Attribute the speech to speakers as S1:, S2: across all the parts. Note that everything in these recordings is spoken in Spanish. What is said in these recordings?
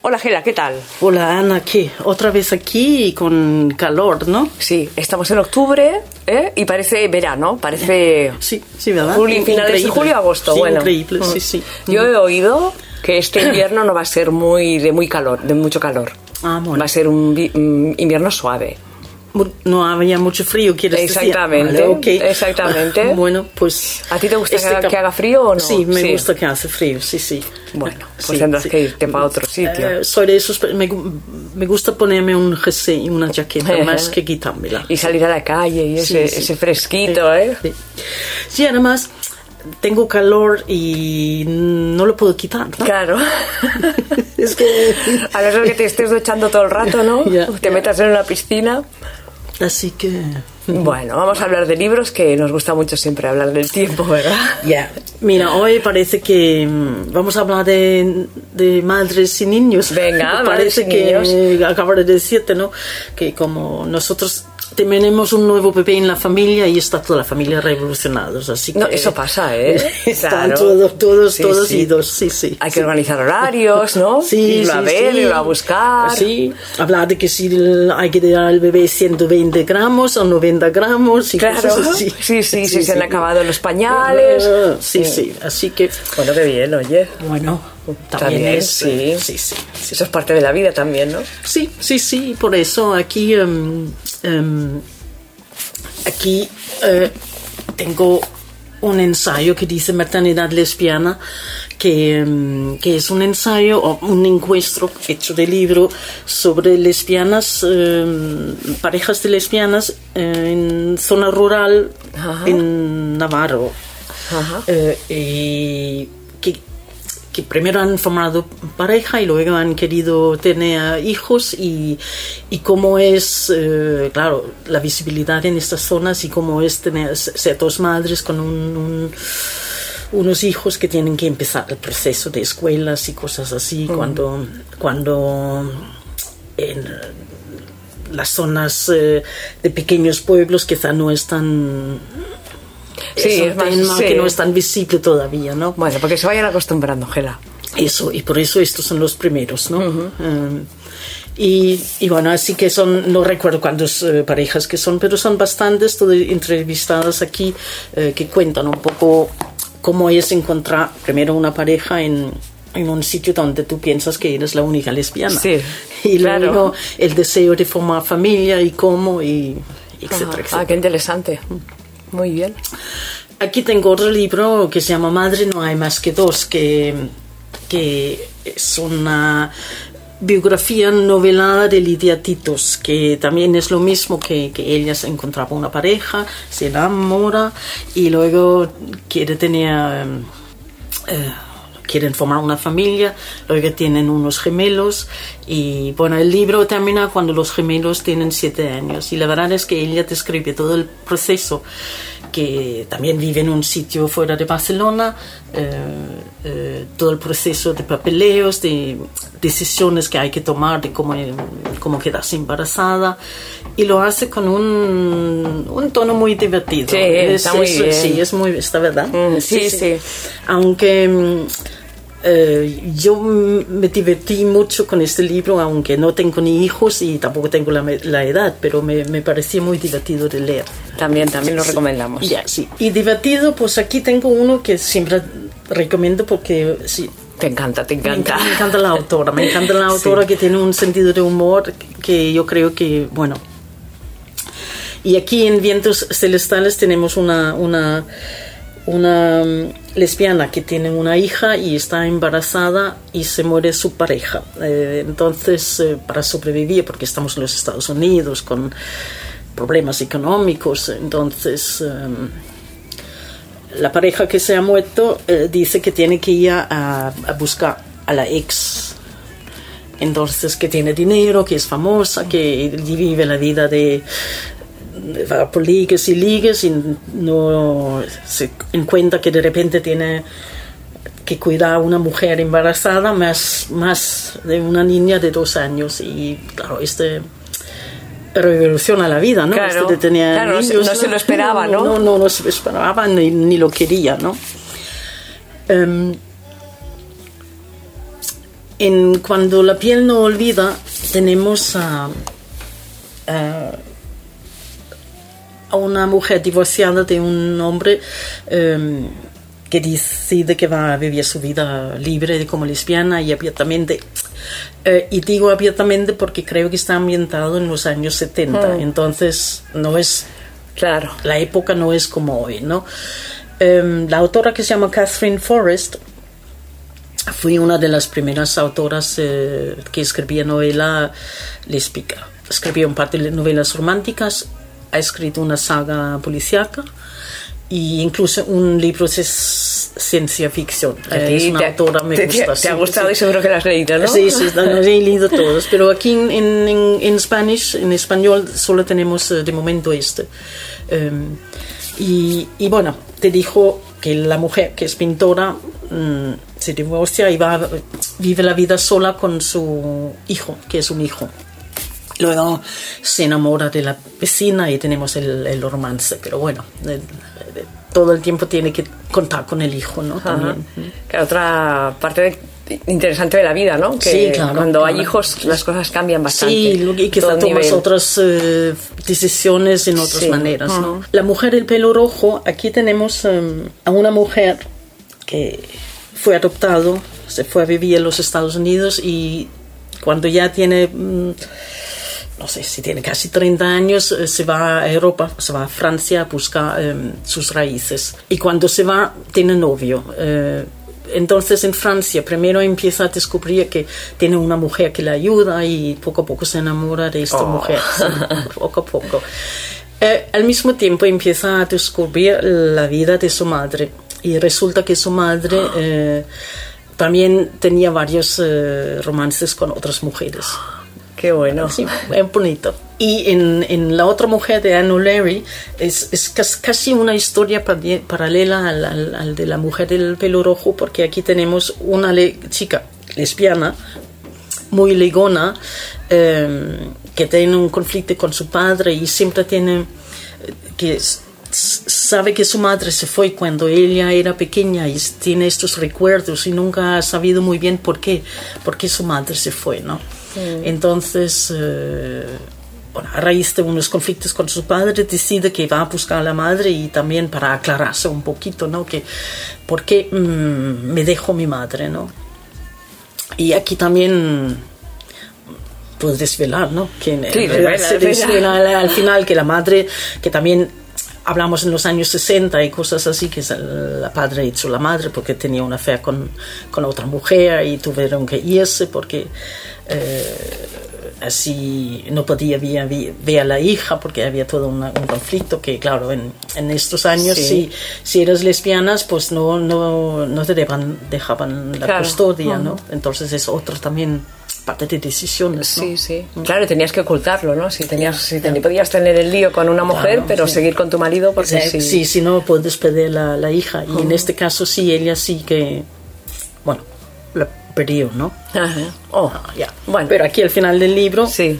S1: Hola Gela, ¿qué tal?
S2: Hola Ana, ¿qué? Otra vez aquí con calor, ¿no?
S1: Sí, estamos en octubre ¿eh? y parece verano, parece
S2: Sí, sí, ¿verdad?
S1: julio, finales de
S2: Ah, Increíble.
S1: julio, agosto.
S2: Sí,
S1: bueno.
S2: Increíble, sí,
S1: Mm.
S2: sí.
S1: Yo he oído que este invierno no va a ser muy de muy calor, de mucho calor.
S2: Ah, bueno.
S1: Va a ser un vi- un invierno suave.
S2: Bu- No había mucho frío, quieres decir.
S1: Exactamente,
S2: Vale, ok.
S1: exactamente.
S2: Bueno, pues...
S1: ¿A ti te gusta que-
S2: cap-
S1: que haga frío o no?
S2: Sí, me
S1: Sí.
S2: gusta que hace frío, sí, sí. Ah,
S1: Bueno, pues
S2: Sí,
S1: tendrás
S2: sí.
S1: que irte para otro sitio.
S2: Eh, soy de esos, pe- me, gu- me gusta ponerme un jersey y una chaqueta más que quitármela.
S1: y salir a la calle y
S2: Sí,
S1: ese,
S2: sí. Ah.
S1: ese fresquito, ¿eh?
S2: Sí. Sí, además tengo calor y no lo puedo quitar. ¿no?
S1: Claro.
S2: es que
S1: A no ser que te estés duchando todo el rato, ¿no?
S2: Ya,
S1: te
S2: ya.
S1: metas en una piscina.
S2: así que
S1: Bueno, vamos a hablar de libros, que nos gusta mucho siempre hablar del tiempo, ¿verdad?
S2: ya. Mira, hoy parece que mm, vamos a hablar de, de madres y niños.
S1: Venga, madres y
S2: parece que
S1: niños.
S2: eh, acabo de decirte, ¿no? Que como nosotros tenemos un nuevo bebé en la familia y está toda la familia revolucionados, así que
S1: No, eso pasa, ¿eh?
S2: Están
S1: Claro.
S2: todos, todos,
S1: Sí,
S2: todos
S1: sí.
S2: idos, sí, sí.
S1: Hay que organizar horarios, ¿no?
S2: Sí,
S1: irlo a
S2: sí,
S1: ver,
S2: sí.
S1: irlo a buscar.
S2: Sí, hablar de que si el- hay que dar al bebé 120 gramos o 90 gramos y
S1: Claro.
S2: cosas así.
S1: Sí, sí, si se han acabado los pañales.
S2: Ah, Sí, sí, así que,
S1: Bueno, qué bien, oye.
S2: bueno, también
S1: También,
S2: es...
S1: sí.
S2: Sí, sí.
S1: Eso es parte de la vida también, ¿no?
S2: Sí, sí, sí, por eso aquí, em, em, aquí eh, tengo un ensayo que dice Maternidad Lesbiana, que, em, que es un ensayo o un encuentro hecho de libro sobre lesbianas, em, parejas de lesbianas eh, en zona rural
S1: Ajá.
S2: en Navarro.
S1: Ajá.
S2: Eh, y que, que primero han formado pareja y luego han querido tener hijos y, y cómo es, eh, claro, la visibilidad en estas zonas y cómo es tener ser dos madres con un- un- unos hijos que tienen que empezar el proceso de escuelas y cosas así cuando cuando en las zonas eh, de pequeños pueblos quizá no es tan
S1: Sí,
S2: es un
S1: es más-
S2: tema
S1: sí.
S2: que no es tan visible todavía, ¿no?
S1: Bueno, porque se vayan acostumbrando, Gela.
S2: Eso, y por eso estos son los primeros, ¿no? Um, y, y bueno, así que son, no recuerdo cuántas eh, parejas que son, pero son bastantes todo- entrevistadas aquí eh, que cuentan un poco cómo es encontrar primero una pareja en, en un sitio donde tú piensas que eres la única lesbiana.
S1: Sí,
S2: y
S1: claro.
S2: luego el deseo de formar familia y cómo, y etcétera, etcétera.
S1: Ah, qué interesante. Muy bien.
S2: Aquí tengo otro libro que se llama Madre no hay más que dos, que, que es una biografía novelada de Lidia Titos, que también es lo mismo que, que ella se encontraba una pareja, se enamora y luego quiere tener... em, eh, quieren formar una familia, luego tienen unos gemelos y bueno, el libro termina cuando los gemelos tienen siete años y la verdad es que ella describe todo el proceso que también vive en un sitio fuera de Barcelona, eh, eh, todo el proceso de papeleos, de decisiones que hay que tomar de cómo, cómo quedarse embarazada y lo hace con un, un tono muy divertido.
S1: Sí, está muy bien.
S2: sí, es muy, está verdad.
S1: Mm, sí, sí.
S2: Aunque mm, eh, yo mm, me divertí mucho con este libro, aunque no tengo ni hijos y tampoco tengo la, me- la edad, pero me, me parecía muy divertido de leer.
S1: También, también lo recomendamos.
S2: Ya, sí. Y divertido, pues aquí tengo uno que siempre recomiendo porque sí,
S1: Te encanta, te
S2: me
S1: encanta.
S2: encanta, me encanta la autora, me encanta la autora que tiene un sentido de humor que yo creo que, bueno. Y aquí en Vientos Celestales tenemos una, una, una mm, lesbiana que tiene una hija y está embarazada y se muere su pareja. Eh, entonces, eh, para sobrevivir, porque estamos en los Estados Unidos con problemas económicos, entonces... em, la pareja que se ha muerto eh, dice que tiene que ir a, a buscar a la ex. Entonces, que tiene dinero, que es famosa, que vive la vida de, de- va por ligues y ligues y no se encuentra que de repente tiene que cuidar a una mujer embarazada más, más de una niña de dos años. Y claro, este revoluciona la vida, ¿no?
S1: Claro,
S2: Este de tener
S1: claro, no se-
S2: niños,
S1: no se lo esperaba, ¿no?
S2: No, no, no se lo esperaba ni, ni lo quería, ¿no? Em, en cuando la piel no olvida, tenemos a, a- a una mujer divorciada de un hombre em, que decide que va a vivir su vida libre como lesbiana y abiertamente. Eh, y digo abiertamente porque creo que está ambientado en los años 70, entonces no es
S1: Claro.
S2: la época no es como hoy, ¿no? Em, la autora que se llama Catherine Forrest fue una de las primeras autoras eh, que escribía novela lésbica. Escribió un par de novelas románticas, ha escrito una saga policíaca y incluso un libro de s- ciencia ficción.
S1: A
S2: Eh,
S1: ti
S2: es una
S1: te ha-
S2: autora, me
S1: te, te-
S2: gusta.
S1: Te, ha
S2: sí,
S1: gustado
S2: sí.
S1: y seguro que lo has leído, ¿no?
S2: Sí, sí, no, los he leído todos, pero aquí en, en, en, en Spanish, en español solo tenemos eh, de momento este. Em, y, y bueno, te dijo que la mujer que es pintora mm, se divorcia y va, a- vive la vida sola con su hijo, que es un hijo. Luego se enamora de la vecina y tenemos el, el romance, pero bueno, eh, eh, todo el tiempo tiene que contar con el hijo, ¿no?
S1: Ajá.
S2: También.
S1: Que otra parte de- interesante de la vida, ¿no? Que
S2: Sí, claro,
S1: cuando hay
S2: claro.
S1: hijos las cosas cambian bastante.
S2: Sí, lo que- y
S1: Todo
S2: quizá
S1: el
S2: tomas
S1: nivel.
S2: otras eh, decisiones en otras
S1: Sí.
S2: maneras. ¿no? La mujer del pelo rojo, aquí tenemos em, a una mujer que fue adoptado, se fue a vivir en los Estados Unidos y cuando ya tiene, mm, no sé si tiene casi 30 años, eh, se va a Europa, se va a Francia a buscar em, sus raíces. Y cuando se va, tiene novio. Eh, entonces en Francia primero empieza a descubrir que tiene una mujer que le ayuda y poco a poco se enamora de esta
S1: Oh.
S2: mujer, sí, poco a poco. Eh, al mismo tiempo empieza a descubrir la vida de su madre y resulta que su madre eh, también tenía varios eh, romances con otras mujeres.
S1: Qué bueno.
S2: Sí, es bonito. Y en, en La otra mujer de Anne O'Leary es, es cas- casi una historia pa- paralela al, al- al de la mujer del pelo rojo, porque aquí tenemos una le- chica lesbiana muy ligona eh, que tiene un conflicto con su padre y siempre tiene eh, que s- s- sabe que su madre se fue cuando ella era pequeña y s- tiene estos recuerdos y nunca ha sabido muy bien por qué, por qué su madre se fue, ¿no? Entonces, eh, bueno, a raíz de unos conflictos con su padre, decide que va a buscar a la madre y también para aclararse un poquito, ¿no? Que, ¿Por qué mm, me dejó mi madre, ¿no? Y aquí también puedes desvelar, ¿no? Que en-
S1: Sí,
S2: en
S1: desvela,
S2: realidad se
S1: desvela.
S2: desvela al, al final que la madre, que también hablamos en los años 60 y cosas así, que es el- la padre hizo la madre porque tenía una fe con, con otra mujer y tuvieron que irse porque eh, así no podía ver, ver- ver a la hija porque había todo una- un conflicto que claro, en, en estos años
S1: Sí.
S2: si, si eras lesbianas pues no, no, no te dejaban, dejaban la
S1: Claro.
S2: custodia, ¿no? Entonces es otro también parte de decisiones, ¿no?
S1: Sí, sí. Claro, tenías que ocultarlo, ¿no? Si tenías, si te- podías tener el lío con una mujer,
S2: Claro,
S1: pero
S2: sí.
S1: seguir con tu marido porque
S2: Sí,
S1: sí.
S2: sí, si no puedes perder la, la hija. Y en este caso sí, ella sí que, bueno, la perdió, ¿no?
S1: Ajá. Oh,
S2: Ah, ya.
S1: Bueno.
S2: Pero aquí al final del libro
S1: sí.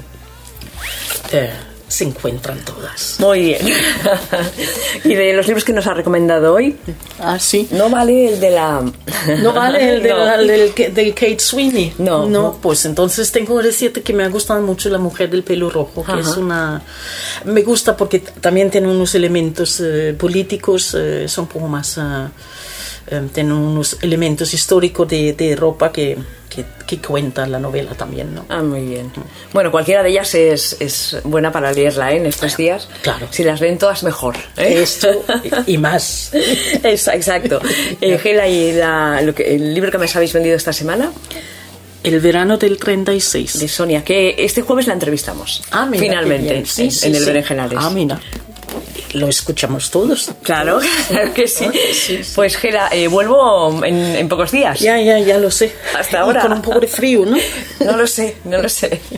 S2: eh, se encuentran todas.
S1: Muy bien. y de los libros que nos ha recomendado hoy,
S2: Ah, sí.
S1: no vale el de la.
S2: No vale el de
S1: No.
S2: la- del, que- del Kate Sweeney.
S1: No.
S2: No, pues entonces tengo que decirte que me ha gustado mucho La Mujer del Pelo Rojo, que
S1: Ajá.
S2: es una... Me gusta porque t- también tiene unos elementos eh, políticos, eh, son un poco más... ah, eh, tiene unos elementos históricos de, de ropa que, que, que cuenta la novela también, ¿no?
S1: Ah, muy bien. Bueno, cualquiera de ellas es, es buena para leerla ¿eh? en estos días.
S2: Claro.
S1: Si las ven todas, mejor. ¿eh?
S2: Esto y, y más.
S1: Es- exacto. Eh, Gela, y la- lo que- el libro que me habéis vendido esta semana
S2: El verano del
S1: de
S2: 36.
S1: Sonia, que este jueves la entrevistamos.
S2: Ah, mira, qué
S1: Finalmente,
S2: bien. Sí,
S1: en,
S2: sí,
S1: en el
S2: sí.
S1: Berenjenales.
S2: Ah, mira. Lo escuchamos todos.
S1: Claro, claro que sí.
S2: Sí, sí.
S1: Pues Gela, eh, vuelvo en, en pocos días.
S2: Ya, ya, ya lo sé.
S1: Hasta
S2: Y
S1: ahora.
S2: con un poco de frío, ¿no?
S1: No lo sé, no lo sé.